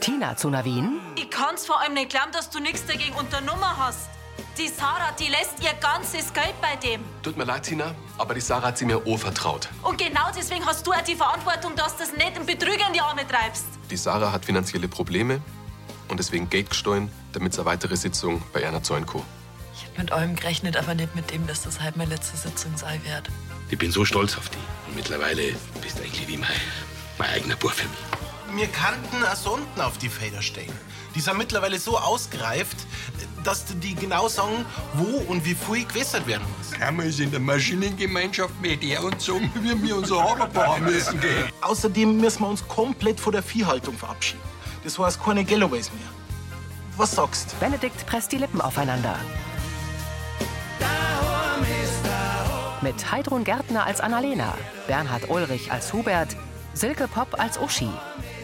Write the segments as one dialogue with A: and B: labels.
A: Tina zu Navin,
B: Ich kann's vor allem nicht glauben, dass du nichts dagegen unternommen hast. Die Sarah, die lässt ihr ganzes Geld bei dem.
C: Tut mir leid, Tina, aber die Sarah hat sie mir anvertraut.
B: Und genau deswegen hast du auch die Verantwortung, dass du das nicht in Betrüger in die Arme treibst.
C: Die Sarah hat finanzielle Probleme und deswegen Geld gestohlen, damit sie eine weitere Sitzung bei Erna Zoin Co.
D: Ich hab mit allem gerechnet, aber nicht mit dem, dass das halt meine letzte Sitzung sein wird.
E: Ich bin so stolz auf dich. Und mittlerweile bist du eigentlich wie mein, mein eigener Bub für mich.
F: Mir kannten Sonden auf die Felder stehen. Die sind mittlerweile so ausgereift, dass die genau sagen, wo und wie viel gewässert werden muss.
G: Einmal in der Maschinengemeinschaft mit der und so, wie wir unser Haare bauen müssen gehen.
F: Außerdem müssen wir uns komplett von der Viehhaltung verabschieden. Das heißt keine Galloways mehr. Was sagst
A: Benedikt presst die Lippen aufeinander. Mit Heidrun Gärtner als Annalena, Bernhard Ulrich als Hubert, Silke Popp als Uschi,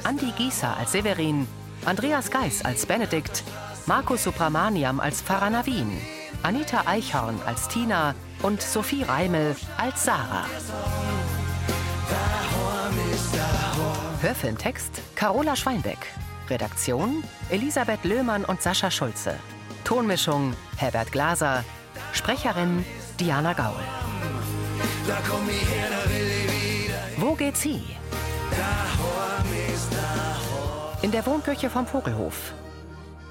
A: Andi Gießer als Severin, Andreas Geis als Benedikt, Markus Supramaniam als Pfarrer Navin, Anita Eichhorn als Tina und Sophie Reimel als Sarah. Hörfilmtext Carola Schweinbeck. Redaktion Elisabeth Löhmann und Sascha Schulze. Tonmischung Herbert Glaser. Sprecherin Diana Gaul. Wo geht's hin? In der Wohnküche vom Vogelhof.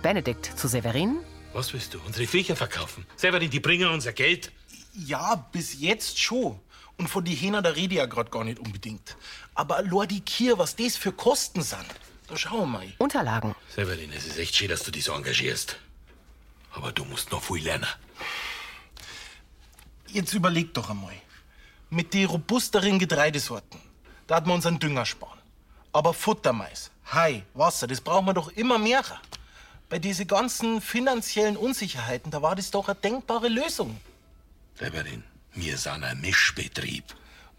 A: Benedikt zu Severin.
E: Was willst du? Unsere Viecher verkaufen? Severin, die bringen unser Geld.
F: Ja, bis jetzt schon. Und von die Hähner, da rede ich ja grad gar nicht unbedingt. Aber allein die Kier, was das für Kosten sind, da schauen wir mal.
A: Unterlagen.
E: Severin, es ist echt schön, dass du dich so engagierst. Aber du musst noch viel lernen.
F: Jetzt überleg doch einmal. Mit den robusteren Getreidesorten, da hat man unseren Dünger sparen. Aber Futtermais, Hai, Wasser, das brauchen wir doch immer mehr. Bei diesen ganzen finanziellen Unsicherheiten, da war das doch eine denkbare Lösung.
E: Severin, wir sind ein Mischbetrieb.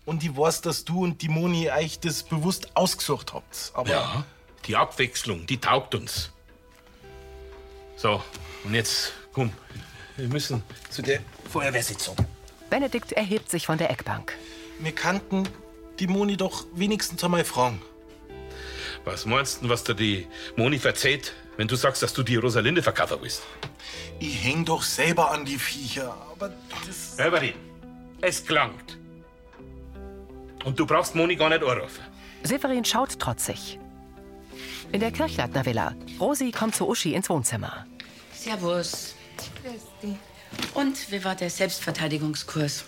F: Und ich weiß, dass du und die Moni euch das bewusst ausgesucht habt. Aber
E: Ja, die Abwechslung, die taugt uns. So, und jetzt, komm, wir müssen zu der Feuerwehrsitzung.
A: Benedikt erhebt sich von der Eckbank.
F: wir kannten die Moni doch wenigstens einmal fragen.
E: Was meinst du, was da die Moni verzählt, wenn du sagst, dass du die Rosalinde verkaufen willst?
F: Ich häng doch selber an die Viecher. Aber das.
E: Severin, es klangt. Und du brauchst Moni gar nicht anrufen.
A: Severin schaut trotzig. In der Kirchleitner Villa. Rosi kommt zu Uschi ins Wohnzimmer.
H: Servus. Und wie war der Selbstverteidigungskurs?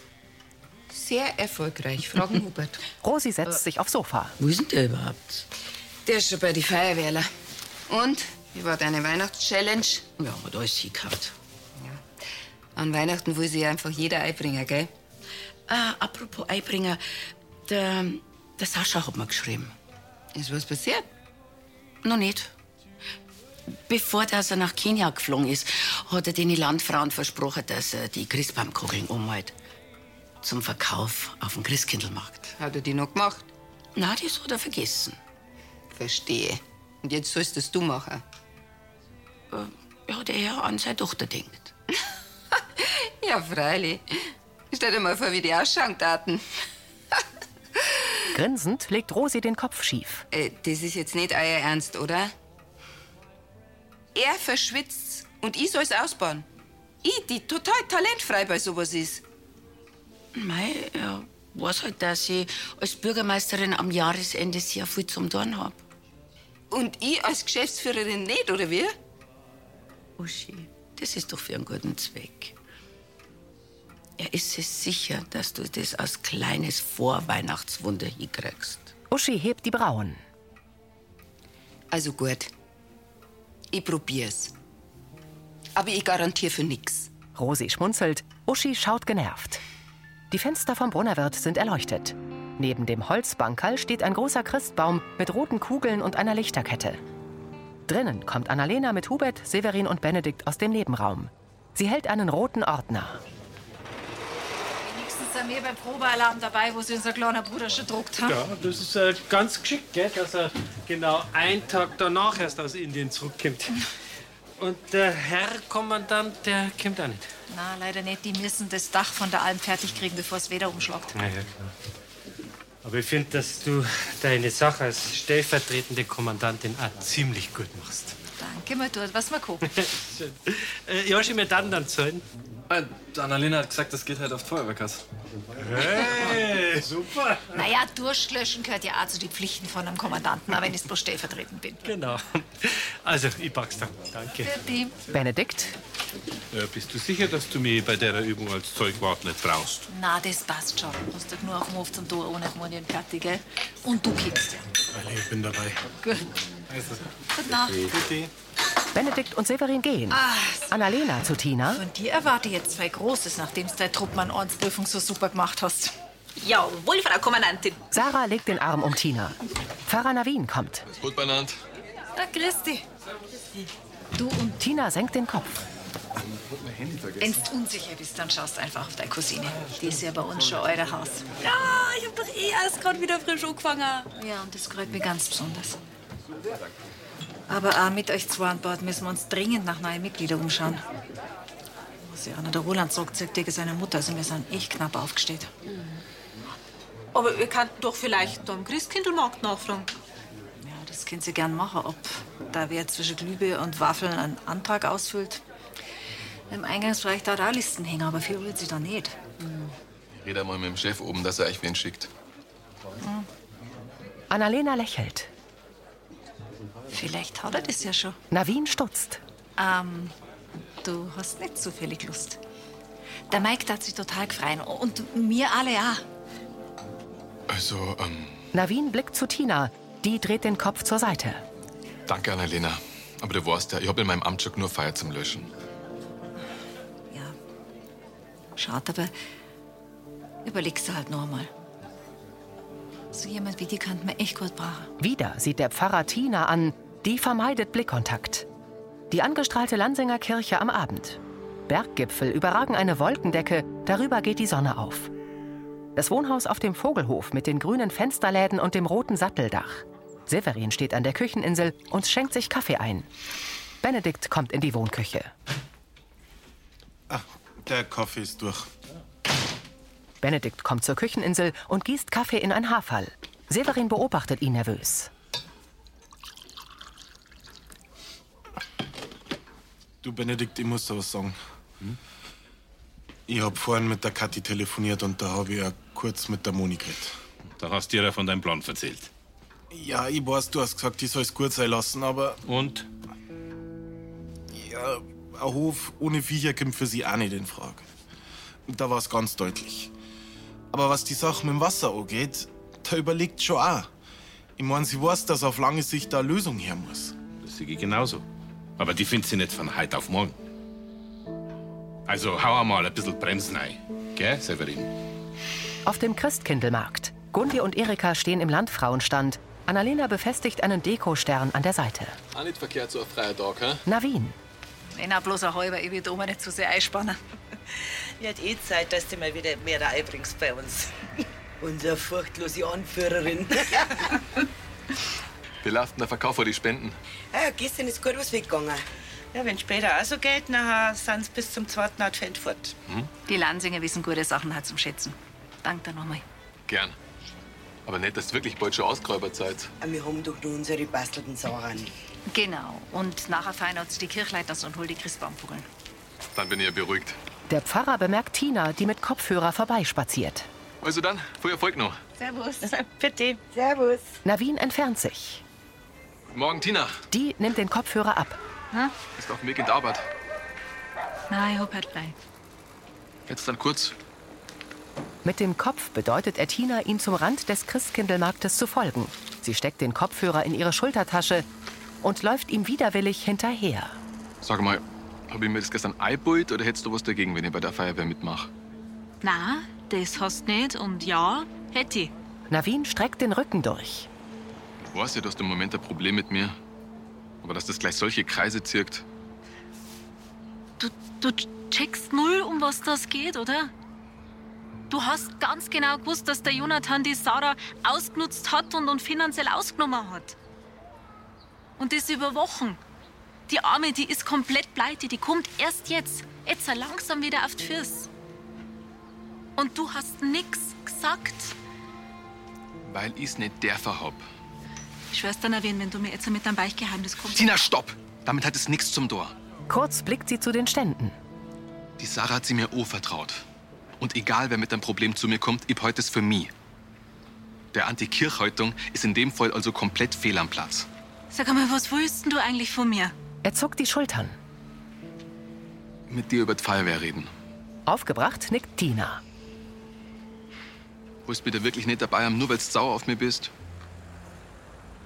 I: Sehr erfolgreich. Fragen Hubert.
A: Rosi setzt sich aufs Sofa.
D: Wo ist denn der überhaupt?
I: Der ist schon bei die Feuerwehrler. Ah, Und? Wie war deine Weihnachtschallenge?
H: Ja, hat alles hingehaut.
I: An Weihnachten will sie einfach jeder einbringen, gell?
H: Äh, apropos Eibringer, der, der Sascha hat mir geschrieben.
I: Ist was passiert?
H: Noch nicht. Bevor dass er nach Kenia geflogen ist, hat er den Landfrauen versprochen, dass er die Christbaumkugeln umhält. Zum Verkauf auf dem Christkindlmarkt.
I: Hat er die noch gemacht?
H: Na, das hat er vergessen.
I: Verstehe. Und jetzt sollst es du machen.
H: Ja, der Herr an seine Tochter denkt.
I: Ja, freilich. Stell dir mal vor, wie die ausschauen, Daten.
A: Grinsend legt Rosi den Kopf schief.
I: Äh, das ist jetzt nicht euer Ernst, oder? Er verschwitzt und ich soll's ausbauen. Ich, die total talentfrei bei sowas ist.
H: Mei, er weiß halt, dass ich als Bürgermeisterin am Jahresende sehr viel zum Tun habe.
I: Und ich als Geschäftsführerin nicht, oder wie?
H: Uschi, das ist doch für einen guten Zweck. Er ist sich sicher, dass du das als kleines Vorweihnachtswunder hinkriegst.
A: Uschi hebt die Brauen.
I: Also gut. Ich probier's. Aber ich garantiere für nix.
A: Rosi schmunzelt, Uschi schaut genervt. Die Fenster vom Brunnerwirt sind erleuchtet. Neben dem Holzbankerl steht ein großer Christbaum mit roten Kugeln und einer Lichterkette. Drinnen kommt Annalena mit Hubert, Severin und Benedikt aus dem Nebenraum. Sie hält einen roten Ordner.
B: Wenigstens sind wir beim Probealarm dabei, wo sie unser kleiner Bruder schon gedruckt haben.
J: Ja, das ist äh, ganz geschickt, gell, dass er genau einen Tag danach erst aus Indien zurückkommt. Und der Herr Kommandant, der kommt auch nicht.
K: Ah,
B: Na, leider nicht. Die müssen das Dach von der Alm fertig kriegen, bevor es Wetter umschlagt.
J: Na ja, klar. Aber ich finde, dass du deine Sache als stellvertretende Kommandantin auch ziemlich gut machst.
K: Danke, man tut, was man kann.
J: Äh, Joschi, wir dann dann zahlen.
L: Äh, Annalena hat gesagt, das geht halt auf Feuerwehrkasten.
J: Hey, super.
K: Naja, durchlöschen gehört ja auch zu den Pflichten von einem Kommandanten, auch wenn ich bloß stellvertretend bin.
J: Genau. Also, ich pack's dann. Danke.
K: Bitte.
A: Benedikt?
E: Äh, bist du sicher, dass du mich bei der Übung als Zeugwart nicht brauchst?
K: Na, das passt schon. Du hast doch nur auf dem Hof zum Tor ohne Harmonien fertig, gell? Und du kippst ja.
E: Ich bin dabei.
K: Gut.
J: Also.
K: Gute Nacht.
A: Benedikt und Severin gehen.
K: Ah.
A: Annalena zu Tina.
K: Von dir erwarte ich jetzt zwei Großes, nachdem du deine Truppmann 1 Prüfung so super gemacht hast.
B: Jawohl, Frau Kommandantin.
A: Sarah legt den Arm um Tina. Pfarrer Navin kommt.
C: Gut benannt.
K: Na, Christi.
A: Du und Tina senkt den Kopf.
K: Wenn du unsicher bist, dann schaust einfach auf deine Cousine. Die ist ja bei uns schon euer Haus.
B: Ja, ich hab doch eh erst gerade wieder frisch angefangen.
K: Ja, und das freut mich ganz besonders. Aber auch mit euch zwei an Bord müssen wir uns dringend nach neuen Mitgliedern umschauen. Muss ja auch noch der Roland sagt, sagt gegen seine Mutter, also wir sind echt knapp aufgestellt.
B: Aber ihr könnt doch vielleicht am Christkindlmarkt nachfragen.
K: Ja, das können Sie gern machen, ob da wer zwischen Glühbe und Waffeln einen Antrag ausfüllt. Im Eingangsbereich da auch Listen hängen, aber viel rührt sich da nicht.
C: Red einmal mit dem Chef oben, dass er euch wen schickt.
A: Annalena lächelt.
K: Vielleicht hat er das ja schon.
A: Navin stutzt.
K: Ähm, du hast nicht zufällig Lust. Der Mike hat sich total gefreut. Und mir alle auch.
C: Also, ähm,
A: Navin blickt zu Tina. Die dreht den Kopf zur Seite.
C: danke, Annalena. Aber du weißt ja, ich hab in meinem Amt schon nur Feier zum Löschen.
K: Schade, aber überlegst du halt noch einmal. So jemand wie die könnte man echt gut brauchen.
A: Wieder sieht der Pfarrer Tina an. Die vermeidet Blickkontakt. Die angestrahlte Lansinger Kirche am Abend. Berggipfel überragen eine Wolkendecke, darüber geht die Sonne auf. Das Wohnhaus auf dem Vogelhof mit den grünen Fensterläden und dem roten Satteldach. Severin steht an der Kücheninsel und schenkt sich Kaffee ein. Benedikt kommt in die Wohnküche.
F: Der Kaffee ist durch.
A: Benedikt kommt zur Kücheninsel und gießt Kaffee in ein Haarfall. Severin beobachtet ihn nervös.
F: Du, Benedikt, ich muss da was sagen. Ich hab vorhin mit der Kathi telefoniert und da hab ich auch kurz mit der Moni geredet.
E: Da hast du dir ja von deinem Plan erzählt.
F: Ja, ich weiß, du hast gesagt, ich soll's gut sein lassen, aber.
E: Und?
F: Ja, ein Hof ohne Viecher kommt für sie auch nicht in Frage. Da war's ganz deutlich. Aber was die Sache mit dem Wasser angeht, da überlegt schon auch. Ich mein, sie weiß, dass auf lange Sicht da eine Lösung her muss.
E: Das sehe ich genauso. Aber die findet sie nicht von heute auf morgen. Also hau einmal ein bisschen Bremsen ein. Gell, Severin?
A: Auf dem Christkindlmarkt. Gundi und Erika stehen im Landfrauenstand. Annalena befestigt einen Dekostern an der Seite.
C: Auch nicht verkehrt so ein freier Tag, hä?
A: Navin.
K: Wenn auch bloß ein halber, ich will da oben nicht zu sehr einspannen.
M: Ihr habt eh Zeit, dass du mal wieder mehr einbringst bei uns. Unsere furchtlose Anführerin.
C: Wie läuft denn der Verkauf vor die Spenden?
M: ja, gestern ist gut was weggegangen. Ja, wenn später auch so geht, nachher sind sie bis zum zweiten Advent fort.
K: Die Lansinger wissen gute Sachen halt zum Schätzen. Dank dir nochmal.
C: Gern. Aber nicht, dass ihr wirklich bald schon ausgeräubert seid.
M: Wir haben doch nur unsere bastelten Sachen.
K: Genau. Und nachher feiern uns die Kirchleiters und hol die Christbaumkugeln.
C: Dann bin ich ja beruhigt.
A: Der Pfarrer bemerkt Tina, die mit Kopfhörer vorbeispaziert.
C: Also dann, viel Erfolg noch.
M: Servus. Bitte. Servus.
A: Navin entfernt sich.
C: Morgen, Tina.
A: Die nimmt den Kopfhörer ab.
C: Ist auf dem Weg in die Arbeit.
K: Na, ich hab halt gleich.
C: Jetzt dann kurz.
A: Mit dem Kopf bedeutet er Tina, ihm zum Rand des Christkindlmarktes zu folgen. Sie steckt den Kopfhörer in ihre Schultertasche und läuft ihm widerwillig hinterher.
C: Sag mal, hab ich mir das gestern eingebaut oder hättest du was dagegen, wenn ich bei der Feuerwehr mitmache?
B: Na, das hast nicht und ja, hätte ich.
A: Navin streckt den Rücken durch.
C: Du weißt ja, du hast im Moment ein Problem mit mir. Aber dass das gleich solche Kreise zirkt.
B: Du, du checkst null, um was das geht, oder? Du hast ganz genau gewusst, dass der Jonathan die Sarah ausgenutzt hat und, und finanziell ausgenommen hat. Und das über Wochen. Die Arme, die ist komplett pleite, die kommt erst jetzt. Jetzt so langsam wieder auf die Füße. Und du hast nix gesagt.
C: Weil ich's nicht der verhab.
B: Ich schwör's dir erwähnen, wenn du mir jetzt mit deinem Beichgeheimnis kommst.
C: Tina, stopp! Damit hat es nichts zum Tor.
A: Kurz blickt sie zu den Ständen.
C: Die Sarah hat sie mir o vertraut. Und egal, wer mit einem Problem zu mir kommt, ich heute es für mich. Der Antikirchhäutung ist in dem Fall also komplett fehl am Platz.
B: Sag einmal, was willst denn du eigentlich von mir?
A: Er zuckt die Schultern.
C: Mit dir über die Feuerwehr reden.
A: Aufgebracht nickt Tina.
C: Willst bitte wirklich nicht dabei haben, nur weil du sauer auf mir bist?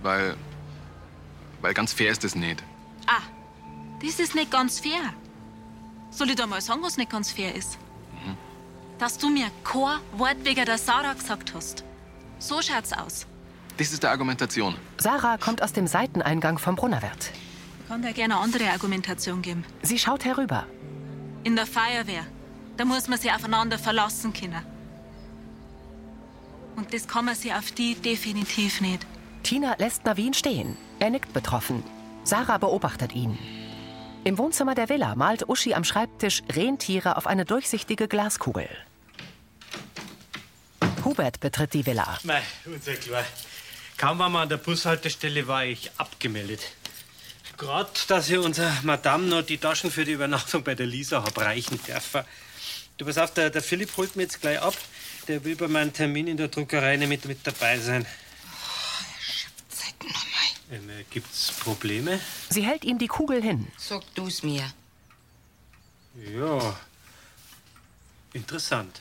C: Weil. Weil ganz fair ist es nicht.
B: Ah, das ist nicht ganz fair. Soll ich dir mal sagen, was nicht ganz fair ist? Dass du mir kein Wort wegen der Sarah gesagt hast. So schaut's aus.
C: Das ist die Argumentation.
A: Sarah kommt aus dem Seiteneingang vom Brunnerwirt.
B: Ich kann dir gerne eine andere Argumentation geben.
A: Sie schaut herüber.
B: In der Feuerwehr, da muss man sich aufeinander verlassen können. Und das kann man sich auf die definitiv nicht.
A: Tina lässt Navin stehen. Er nickt betroffen. Sarah beobachtet ihn. Im Wohnzimmer der Villa malt Uschi am Schreibtisch Rentiere auf eine durchsichtige Glaskugel. Hubert betritt die Villa.
J: Mei, unser Klar. Kaum waren wir an der Bushaltestelle, war ich abgemeldet. Gerade, dass ich unserer Madame noch die Taschen für die Übernachtung bei der Lisa hab reichen dürfen. Du pass auf, der, der Philipp holt mich jetzt gleich ab. Der will bei meinem Termin in der Druckerei nicht mit, mit dabei sein. Oh, er schafft Zeit nochmal. Ähm, äh, gibt's Probleme?
A: Sie hält ihm die Kugel hin.
H: Sag du's mir.
J: Ja. Interessant.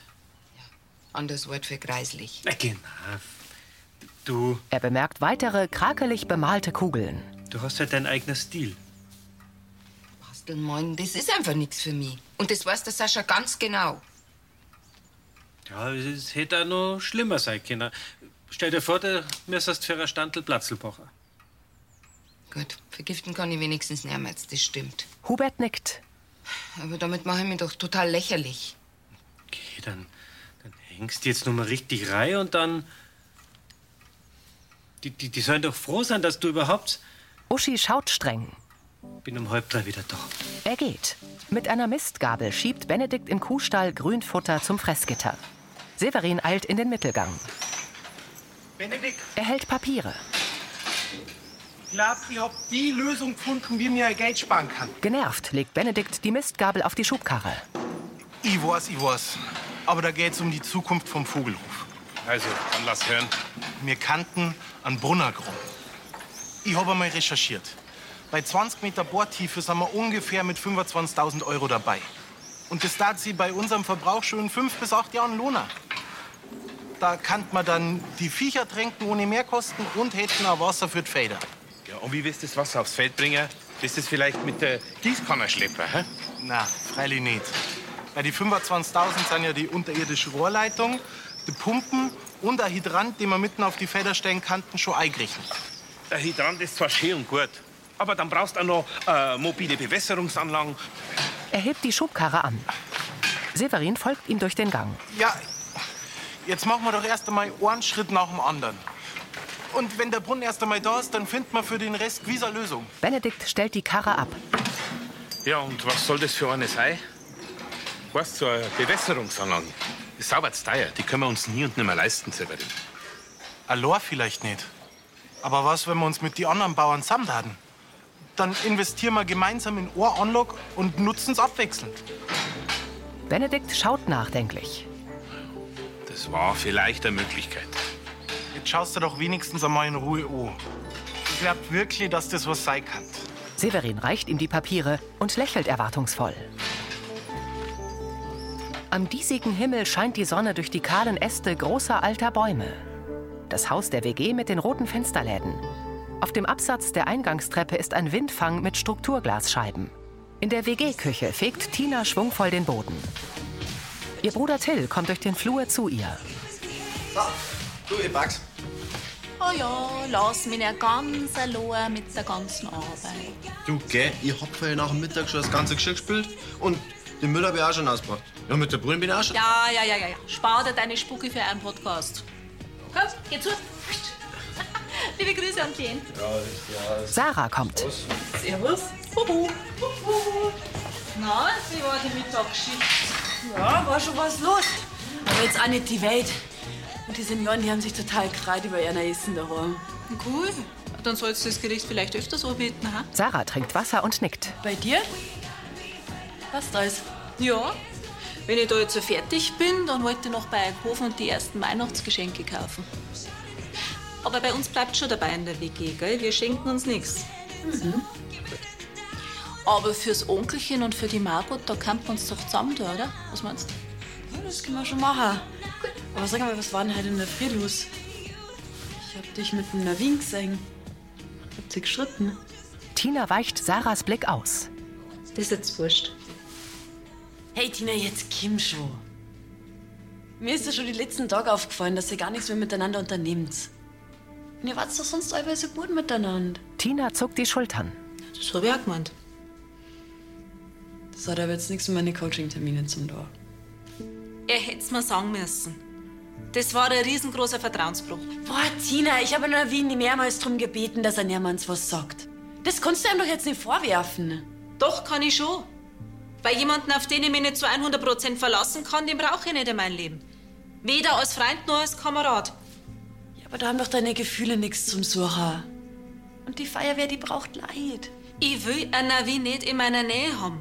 H: Anderes Wort für greislich.
J: Genau. Du,
A: Er bemerkt weitere krakelig bemalte Kugeln.
J: du hast halt deinen eigenen Stil.
H: Basteln, moin, das ist einfach nichts für mich. Und das weiß der Sascha ganz genau.
J: Ja, es hätte auch noch schlimmer sein können. Stell dir vor, du müsstest für einen Standel Platzelbacher.
H: Gut, vergiften kann ich wenigstens niemals, das stimmt.
A: Hubert nickt.
H: Aber damit mache ich mich doch total lächerlich.
J: Okay, dann, dann hängst du jetzt noch mal richtig rein und dann. Die, die, die sollen doch froh sein, dass du überhaupt.
A: Uschi schaut streng.
J: Bin um halb drei wieder da.
A: Er geht. Mit einer Mistgabel schiebt Benedikt im Kuhstall Grünfutter zum Fressgitter. Severin eilt in den Mittelgang.
F: Benedikt,
A: Er hält Papiere.
F: ich glaub, ich hab die Lösung gefunden, wie mir Geld sparen kann.
A: Genervt legt Benedikt die Mistgabel auf die Schubkarre.
F: Ich weiß, ich weiß. Aber da geht's um die Zukunft vom Vogelhof.
E: Also, dann lass hören.
F: Wir kannten einen Brunnergrund. Ich habe einmal recherchiert. Bei 20 Meter Bohrtiefe sind wir ungefähr mit 25.000 Euro dabei. Und das tat sie bei unserem Verbrauch schon fünf bis acht Jahren Lohner. Da kann man dann die Viecher tränken ohne Mehrkosten und hätten auch Wasser für die Felder.
E: Ja, und wie willst du das Wasser aufs Feld bringen? Willst du es vielleicht mit der Gießkanne schleppen? Hä?
F: Na, freilich nicht. Weil die 25.000 sind ja die unterirdische Rohrleitung, die Pumpen und der Hydrant, den man mitten auf die Felder stellen kannten, schon eingerichtet.
E: Der Hydrant ist zwar schön und gut, aber dann brauchst du auch noch äh, mobile Bewässerungsanlagen.
A: Er hebt die Schubkarre an. Severin folgt ihm durch den Gang.
F: Ja, jetzt machen wir doch erst einmal einen Schritt nach dem anderen. Und wenn der Brunnen erst einmal da ist, dann findet man für den Rest gewiss eine Lösung.
A: Benedikt stellt die Karre ab.
E: Ja, und was soll das für eine sein? Weißt du, so eine Bewässerungsanlage. Ist sauber zu teuer. Die können wir uns nie und nimmer leisten, Severin.
F: Alor vielleicht nicht. Aber was, wenn wir uns mit den anderen Bauern zusammenladen? Dann investieren wir gemeinsam in Ohr Unlock und nutzen es abwechselnd.
A: Benedikt schaut nachdenklich.
E: Das war vielleicht eine Möglichkeit.
F: Jetzt schaust du doch wenigstens einmal in Ruhe an. Ich glaub wirklich, dass das was sein kann.
A: Severin reicht ihm die Papiere und lächelt erwartungsvoll. Am diesigen Himmel scheint die Sonne durch die kahlen Äste großer alter Bäume. Das Haus der WG mit den roten Fensterläden. Auf dem Absatz der Eingangstreppe ist ein Windfang mit Strukturglasscheiben. In der WG-Küche fegt Tina schwungvoll den Boden. Ihr Bruder Till kommt durch den Flur zu ihr.
L: Du, ihr Bugs.
B: Oh ja, lass mich nicht ganz allein mit der ganzen Arbeit.
L: Du, gell, ich hab vorher nach dem Mittag schon das ganze Geschirr gespült und den Müll hab ich auch schon ausgebracht. Ja, mit der Brille bin ich auch schon.
B: Ja, ja, ja, ja, ja. Spar dir deine Spucke für einen Podcast. Komm, geh zu. Liebe Grüße an Ken.
A: Sarah kommt.
B: Servus. Huhu. Huhu. Na, wie war die Mittagsschicht? Ja, war schon was los. Aber jetzt auch nicht die Welt.
K: Die Senioren, die haben sich total gefreut über ihr Essen daheim.
B: Cool. Dann sollst du das Gericht vielleicht öfters anbieten, ha?
A: Sarah trinkt Wasser und nickt.
B: Bei dir? Was da ist? Ja. Wenn ich da jetzt so fertig bin, dann wollte ich noch bei Eichhofen und die ersten Weihnachtsgeschenke kaufen. Aber bei uns bleibt schon dabei in der WG, gell? Wir schenken uns nichts.
K: Mhm.
B: Aber fürs Onkelchen und für die Margot, da kann man uns doch zusammen tun, oder? Was meinst du?
K: Das können wir schon machen. Aber sag mal, was war denn heute in der Früh los? Ich hab dich mit einem Wink gesehen. Habt ihr geschritten?
A: Tina weicht Sarahs Blick aus.
K: Das ist jetzt wurscht. Hey Tina, jetzt komm schon. Mir ist ja schon die letzten Tage aufgefallen, dass ihr gar nichts mehr miteinander unternehmt. Und ihr wart doch sonst alle so gut miteinander.
A: Tina zuckt die Schultern.
K: Das hab ich auch gemeint. Das hat aber jetzt nichts mit meinen Coaching-Terminen zum Tor.
B: Er hätt's mir sagen müssen. Das war ein riesengroßer Vertrauensbruch.
K: Boah, Tina, ich habe nur Wien mehrmals drum gebeten, dass er niemals was sagt. Das kannst du ihm doch jetzt nicht vorwerfen.
B: Doch, kann ich schon. Bei jemanden, auf den ich mich nicht zu 100% verlassen kann, den brauche ich nicht in mein Leben. Weder als Freund noch als Kamerad.
K: Ja, aber da haben doch deine Gefühle nichts zum Sucher. Und die Feuerwehr, die braucht Leid.
B: Ich will einen Navi nicht in meiner Nähe haben.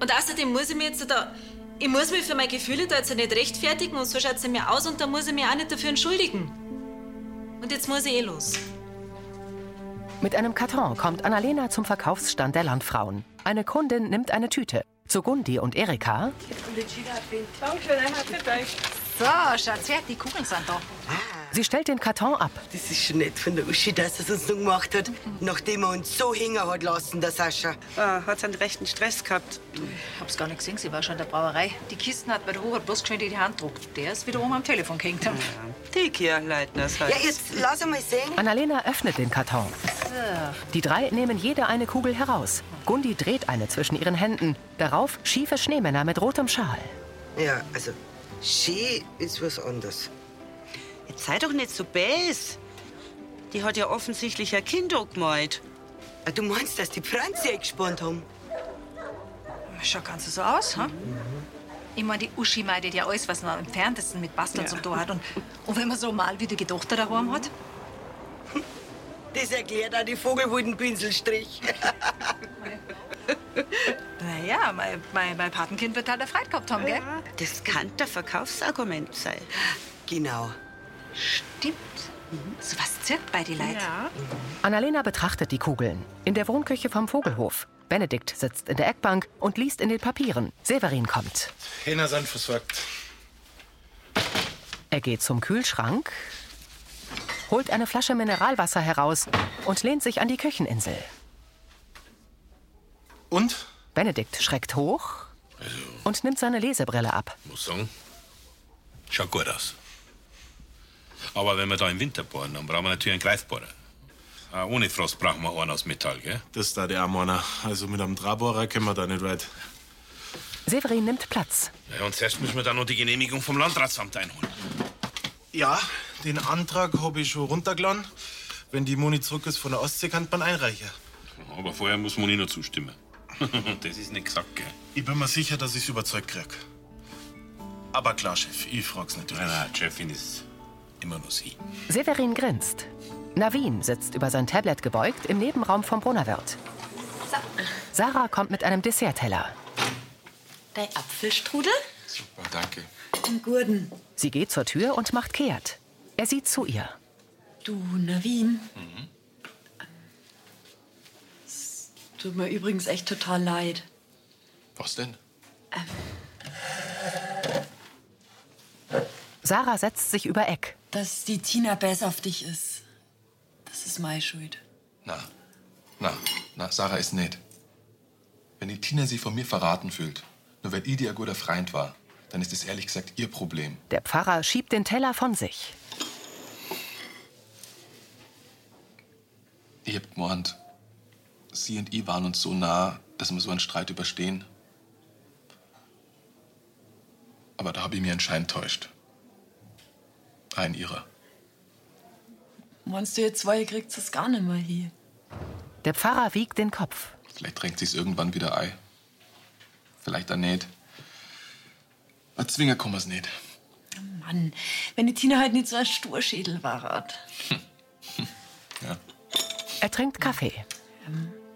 B: Und außerdem muss ich mir jetzt da. Ich muss mich für meine Gefühle da jetzt nicht rechtfertigen und so schaut sie mir aus und da muss ich mich auch nicht dafür entschuldigen. Und jetzt muss ich eh los.
A: Mit einem Karton kommt Annalena zum Verkaufsstand der Landfrauen. Eine Kundin nimmt eine Tüte. Zu Gundi und Erika.
N: Dankeschön, ein Dank.
O: So, Schatz, fertig, die Kugeln sind da.
A: Sie stellt den Karton ab.
M: Das ist schon nett von der Uschi, dass er es uns noch gemacht hat, nachdem er uns so hängen hat lassen, der Sascha.
N: Ah, hat einen rechten Stress gehabt. Ich hab's gar nicht gesehen, sie war schon in der Brauerei. Die Kisten hat bei der Robert bloß geschwind in die Hand gedruckt. Der ist wieder oben am Telefon gehängt. Ja.
M: Die Kirchleitners halt. Ja, jetzt lass einmal sehen.
A: Annalena öffnet den Karton. Die drei nehmen jede eine Kugel heraus. Gundi dreht eine zwischen ihren Händen. Darauf schiefe Schneemänner mit rotem Schal.
M: Ja, also, Ski ist was anderes. Jetzt sei doch nicht so bäs. Die hat ja offensichtlich ein Kind angemalt. Ah, Du meinst, dass die Franzi eingespannt haben?
O: Schau, kannst du so aus, ha? Ich meine, die Uschi meidet ja alles, was man am entferntesten mit Basteln
M: Ja.
O: zum Tor hat. Und, und wenn man so mal wieder Gedochter daheim hat,
M: Das erklärt auch die Vogelwudenpinselstrich.
O: naja, mein, mein, mein Patenkind wird halt erfreut gehabt haben, gell?
M: Das kann der Verkaufsargument sein. Genau.
O: Stimmt.
M: Mhm.
O: So was zirkt bei die Leute.
A: Annalena betrachtet die Kugeln. In der Wohnküche vom Vogelhof. Benedikt sitzt in der Eckbank und liest in den Papieren. Severin kommt.
F: Henna sind versorgt.
A: Er geht zum Kühlschrank, holt eine Flasche Mineralwasser heraus und lehnt sich an die Kücheninsel.
F: Und?
A: Benedikt schreckt hoch und nimmt seine Lesebrille ab.
E: Muss sagen, schaut gut aus. Aber wenn wir da im Winter bohren, dann brauchen wir natürlich einen Greifbohrer. Auch ohne Frost brauchen wir einen aus Metall, gell?
F: Das da der Amorner. Also mit einem Drabohrer können wir da nicht weit.
A: Severin nimmt Platz.
E: Ja, und zuerst müssen wir dann noch die Genehmigung vom Landratsamt einholen.
F: Ja, den Antrag habe ich schon runtergeladen. Wenn die Moni zurück ist von der Ostsee, kann man einreichen.
E: Aber vorher muss man eh noch zustimmen. das ist nicht gesagt, gell?
F: Ich bin mir sicher, dass ich es überzeugt krieg. Aber klar, Chef, ich frag's natürlich.
E: Nein, nein, Chefin ist immer nur sie.
A: Severin grinst. Navin sitzt über sein Tablet gebeugt im Nebenraum vom Brunnerwirt. Sarah kommt mit einem Dessertteller.
K: Dein Apfelstrudel?
C: Super, danke.
K: Im Gurden.
A: Sie geht zur Tür und macht kehrt. Er sieht zu ihr.
K: Du, Navin. Es tut mir übrigens echt total leid.
C: Was denn?
A: Sarah setzt sich über Eck.
K: Dass die Tina Bass auf dich ist, das ist meine Schuld.
C: Na, na, na, Sarah ist nicht. Wenn die Tina sich von mir verraten fühlt, nur weil ich dir ein guter Freund war, dann ist es ehrlich gesagt ihr Problem.
A: Der Pfarrer schiebt den Teller von sich.
C: Ich hab gemeint, sie und ich waren uns so nah, dass wir so einen Streit überstehen. Aber da habe ich mir anscheinend täuscht. Ein ihrer.
K: Meinst du, ihr zwei kriegt es gar nicht mehr hier?
A: Der Pfarrer wiegt den Kopf.
C: Vielleicht drängt sich's irgendwann wieder ein. Vielleicht auch nicht. Ein Zwinger kann man's nicht.
K: Oh,
P: Mann, wenn die Tina halt nicht so ein Sturschädel war.
A: Er trinkt Kaffee.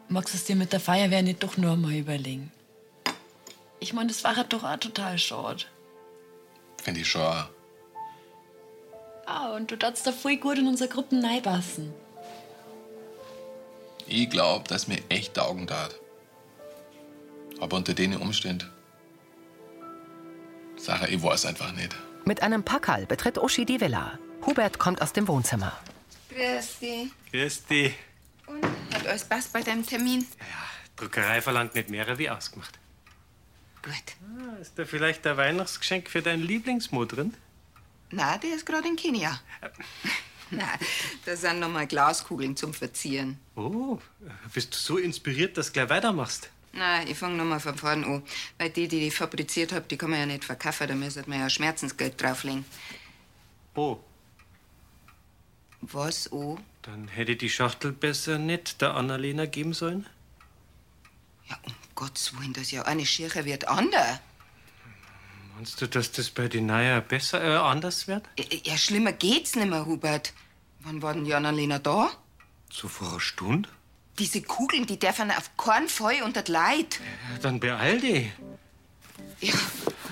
P: Magst du es dir mit der Feuerwehr nicht doch nur mal überlegen? Ich meine, das war halt doch auch total schade.
C: Finde ich schon. auch.
P: Ah, und du darfst da voll gut in unsere Gruppen neibassen.
C: Ich glaube, dass mir echt taugen tat. Aber unter den Umständen. Sarah, ich weiß einfach nicht.
A: Mit einem Packerl betritt Uschi die Villa. Hubert kommt aus dem Wohnzimmer.
I: Grüß dich.
J: Christi,
I: Hat alles passt bei deinem Termin?
J: Druckerei verlangt nicht mehr wie ausgemacht.
I: Gut.
J: Ist da vielleicht ein Weihnachtsgeschenk für deinen Lieblingsmo drin?
I: Na, der ist gerade in Kenia. Na, da sind nochmal Glaskugeln zum Verzieren.
J: Oh, bist du so inspiriert, dass du gleich weitermachst?
I: Na, ich fange nochmal von vorn an. Weil die, die ich fabriziert hab, die kann man ja nicht verkaufen. Da müsste man ja Schmerzensgeld drauflegen.
J: Oh,
I: Was oh?
J: dann hätte ich die Schachtel besser nicht der Annalena geben sollen.
I: um Gottes Willen, das ist ja eine Schirche wird ander.
J: Meinst du, dass das bei den Naya besser, äh, anders wird?
I: Ä- Ja, schlimmer geht's nimmer, Hubert. Wann war denn die Annalena da?
J: So vor einer Stunde?
I: Diese Kugeln, die dürfen auf keinen Fall unter die Leid.
J: Dann beeil dich.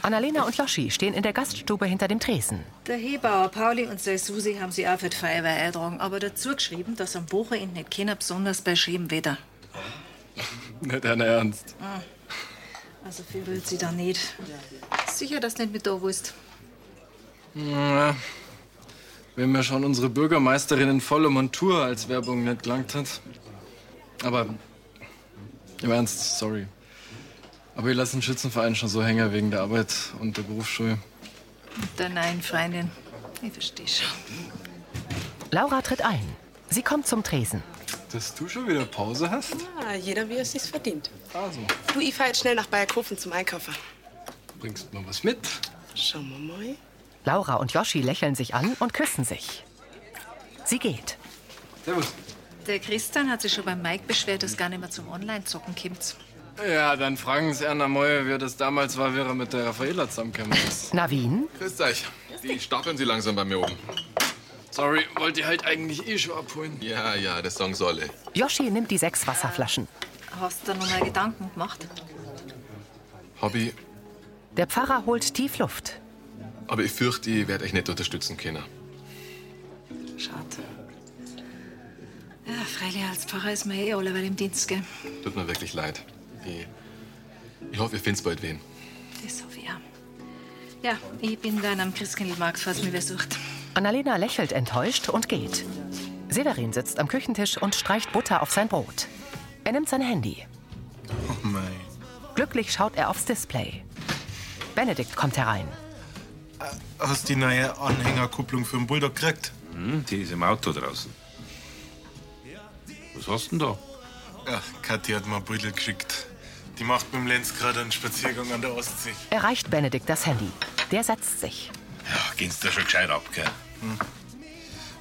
A: Annalena und Joschi stehen in der Gaststube hinter dem Tresen.
K: Der Hebauer Pauli und seine Susi haben sie auch für die Feuerwehr eingetragen, aber dazu geschrieben, dass am Wochenende nicht keiner, besonders bei schönem Wetter.
C: Nicht dein Ernst.
K: Ah, Also viel will sie da nicht. Sicher, dass du nicht mit da willst.
L: Ja, wenn mir schon unsere Bürgermeisterin in voller Montur um als Werbung nicht gelangt hat. Aber im Ernst, sorry. Aber ich lasse den Schützenverein schon so hängen wegen der Arbeit und der Berufsschule.
K: Mit der neuen Freundin. Ich verstehe schon.
A: Laura tritt ein. Sie kommt zum Tresen.
L: Dass du schon wieder Pause hast?
Q: Ah, jeder wie er es sich verdient.
L: Also.
Q: Du, ich fahr jetzt schnell nach Bayerkofen zum Einkaufen.
L: Bringst mal was mit?
Q: Schauen wir mal.
A: Laura und Joschi lächeln sich an und küssen sich. Sie geht.
L: Servus.
K: Der Christian hat sich schon beim Mike beschwert, dass gar nicht mehr zum Online-Zocken kommt.
L: Ja, dann fragen Sie Anna Moll, wie das damals war, wäre mit der Raffaela zusammengekommen ist.
A: Navin?
C: Grüßt euch. Die stapeln sie langsam bei mir oben.
L: Sorry, wollte ich halt eigentlich eh schon abholen.
C: Ja, ja, der Song eh. solle.
A: Joschi nimmt die sechs Wasserflaschen.
K: Hast du da noch mal Gedanken gemacht?
C: Hobby,
A: Der Pfarrer holt tief Luft.
C: aber ich fürchte, ich werde euch nicht unterstützen können.
K: Schade. Ja, freilich, als Pfarrer ist man eh alle bei dem Dienst, gell?
C: Tut mir wirklich leid. Ich, ich hoffe, ihr findet bald wen.
K: Das hoffe ich auch. Ja, ich bin dann am Christkindlmarkt, falls mich wer sucht.
A: Annalena lächelt enttäuscht und geht. Severin sitzt am Küchentisch und streicht Butter auf sein Brot. Er nimmt sein Handy.
L: Oh mein.
A: Glücklich schaut er aufs Display. Benedikt kommt herein.
F: Hast die neue Anhängerkupplung für den Bulldog gekriegt?
E: Hm, die ist im Auto draußen. Was hast du denn da?
F: Ach, Kathi hat mir ein Brüdel geschickt. Die macht mit dem Lenz gerade einen Spaziergang an der Ostsee.
A: Erreicht Benedikt das Handy. Der setzt sich.
E: Ach, gehen's da schon gescheit ab, gell?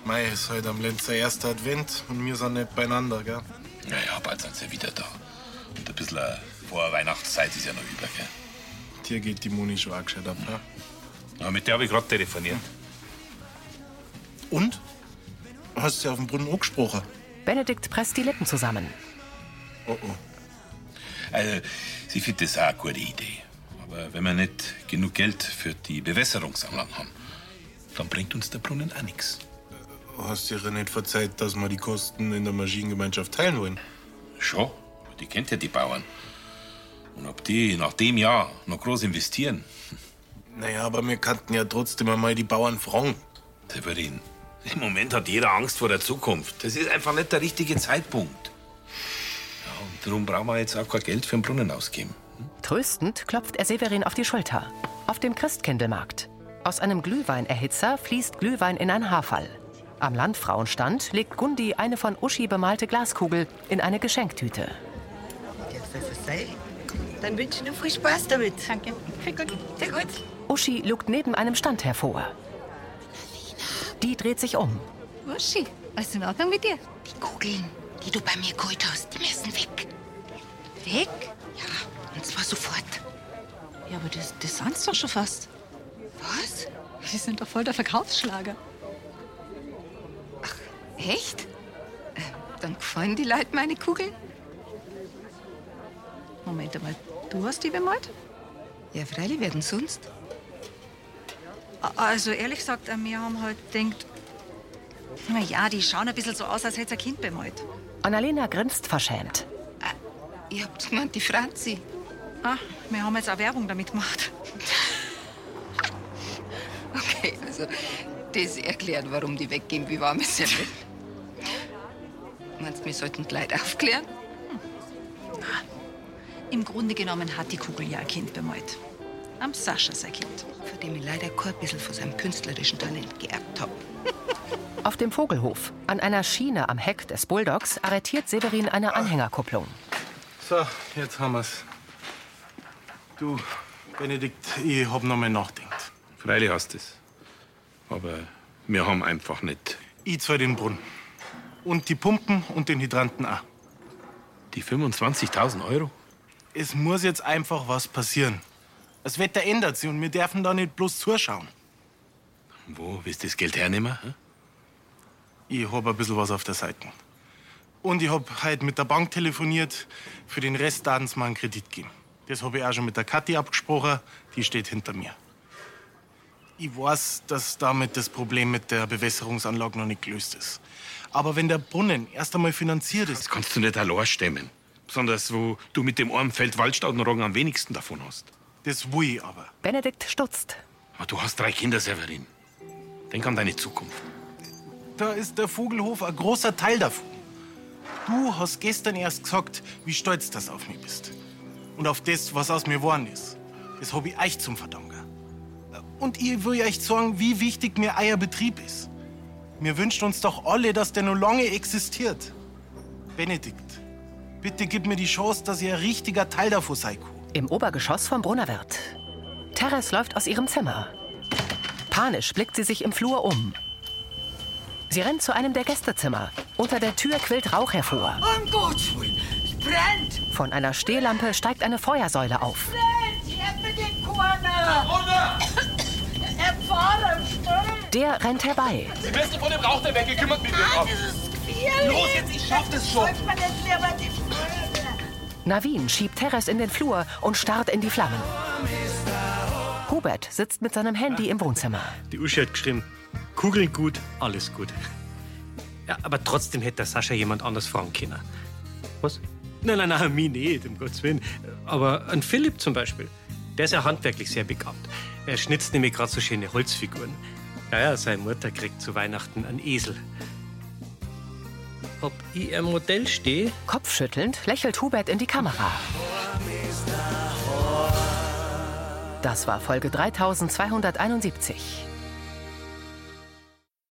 F: Mai ist heute am Lenzer erster Advent und wir sind nicht beieinander, gell?
E: Naja, bald sind sie wieder da. Und ein bisschen äh, vor Weihnachtszeit ist ja noch über, gell?
F: Dir geht die Moni schon auch gescheit ab, ja?
E: Ja, mit der habe ich gerade telefoniert.
F: Und? Hast du sie auf dem Brunnen angesprochen?
A: Benedikt presst die Lippen zusammen.
F: Oh oh.
E: Also, sie findet das auch eine gute Idee. Aber wenn wir nicht genug Geld für die Bewässerungsanlagen haben, dann bringt uns der Brunnen auch nichts.
F: Hast dir nicht verzeiht, dass wir die Kosten in der Maschinengemeinschaft teilen wollen?
E: Schon, die kennt ja die Bauern. Und ob die nach dem Jahr noch groß investieren,
F: Naja, aber wir kannten ja trotzdem einmal die Bauern fragen.
E: Severin, im Moment hat jeder Angst vor der Zukunft. Das ist einfach nicht der richtige Zeitpunkt. Ja, und darum brauchen wir jetzt auch kein Geld für den Brunnen ausgeben.
A: Tröstend klopft er Severin auf die Schulter. Auf dem Christkindlmarkt. Aus einem Glühweinerhitzer fließt Glühwein in ein Haarfall. Am Landfrauenstand legt Gundi eine von Uschi bemalte Glaskugel in eine Geschenktüte.
R: Dann wünsche ich dir viel Spaß damit. Danke. Viel gut. Sehr gut.
A: Uschi lugt neben einem Stand hervor. Die dreht sich um.
R: Uschi, alles in Ordnung mit dir? Die Kugeln, die du bei mir geholt hast, die müssen weg. Weg? Ja, und zwar sofort.
K: Ja, aber das, das sind doch schon fast.
R: Was? Sie sind doch voll der Verkaufsschlager.
I: Echt? Äh, Dann gefallen die Leute meine Kugeln?
K: Moment einmal, du hast die bemalt?
I: Ja, freilich, wer denn sonst?
K: A- Also ehrlich gesagt, äh, wir haben halt gedacht, na ja, die schauen ein bisschen so aus, als hätte ein Kind bemalt.
A: Annalena grinst verschämt.
I: Ihr habt gemeint, die Franzi.
K: Ah, wir haben jetzt auch Werbung damit gemacht.
I: Okay, also das erklärt, warum die weggehen wie warme Semmel. Meinst du, wir sollten die Leute aufklären?
K: Hm. Im Grunde genommen hat die Kugel ja ein Kind bemalt. Am Sascha sein Kind.
I: Von dem ich leider kein bisschen von seinem künstlerischen Talent geerbt habe.
A: Auf dem Vogelhof, an einer Schiene am Heck des Bulldogs, arretiert Severin eine Anhängerkupplung.
F: So, jetzt haben wir's. Du, Benedikt, ich hab noch mal nachdenkt.
E: Freilich hast du es. Aber wir haben einfach nicht.
F: Ich zahl den Brunnen. Und die Pumpen und den Hydranten auch.
E: Die 25.000 Euro?
F: Es muss jetzt einfach was passieren. Das Wetter ändert sich und wir dürfen da nicht bloß zuschauen.
E: Wo willst du das Geld hernehmen? hä?
F: Ich hab ein bisschen was auf der Seite. Und ich hab heute mit der Bank telefoniert. Für den Rest daten sie mir einen Kredit geben. Das hab ich auch schon mit der Kathi abgesprochen. Die steht hinter mir. Ich weiß, dass damit das Problem mit der Bewässerungsanlage noch nicht gelöst ist. Aber wenn der Brunnen erst einmal finanziert ist.
E: Kannst du nicht allein stemmen. Besonders, wo du mit dem Ohrenfeld Waldstaudenroggen am wenigsten davon hast.
F: Das will ich aber.
A: Benedikt stutzt.
E: Aber du hast drei Kinder, Severin. Denk an deine Zukunft.
F: Da ist der Vogelhof ein großer Teil davon. Du hast gestern erst gesagt, wie stolz das auf mich bist. Und auf das, was aus mir geworden ist. Das hab ich euch zum Verdanken. Und ich will euch sagen, wie wichtig mir euer Betrieb ist. Mir wünscht uns doch alle, dass der nur lange existiert. Benedikt, bitte gib mir die Chance, dass ihr ein richtiger Teil davon seid.
A: Im Obergeschoss vom Brunnerwirt. Teres läuft aus ihrem Zimmer. Panisch blickt sie sich im Flur um. Sie rennt zu einem der Gästezimmer. Unter der Tür quillt Rauch hervor.
S: Um Gottes Willen, es brennt!
A: Von einer Stehlampe steigt eine Feuersäule auf.
S: Brennt! Helf mir den Corner! Runter! Er fahrt am Sturm!
A: Der rennt herbei.
S: Sie müssen von dem Rauch der Wecke kümmert mich
A: drum.
S: Nein, das ist gefährlich!
A: Los jetzt,
S: ich schaff das schon! Sollte man jetzt lieber die Feuerwehr...
A: Navin schiebt Teres in den Flur und starrt in die Flammen. Hubert sitzt mit seinem Handy im Wohnzimmer.
J: Die Uschi hat geschrieben, Kugeln gut, alles gut. Ja, aber trotzdem hätte der Sascha jemand anders fragen können. Was? Nein, nein, nein, mich nicht, um Gottes Willen. Aber an Philipp zum Beispiel, der ist ja handwerklich sehr begabt. Er schnitzt nämlich gerade so schöne Holzfiguren. Ja, ja, seine Mutter kriegt zu Weihnachten einen Esel. Ob ich ein Modell stehe?
A: Kopfschüttelnd lächelt Hubert in die Kamera. Das war Folge 3271.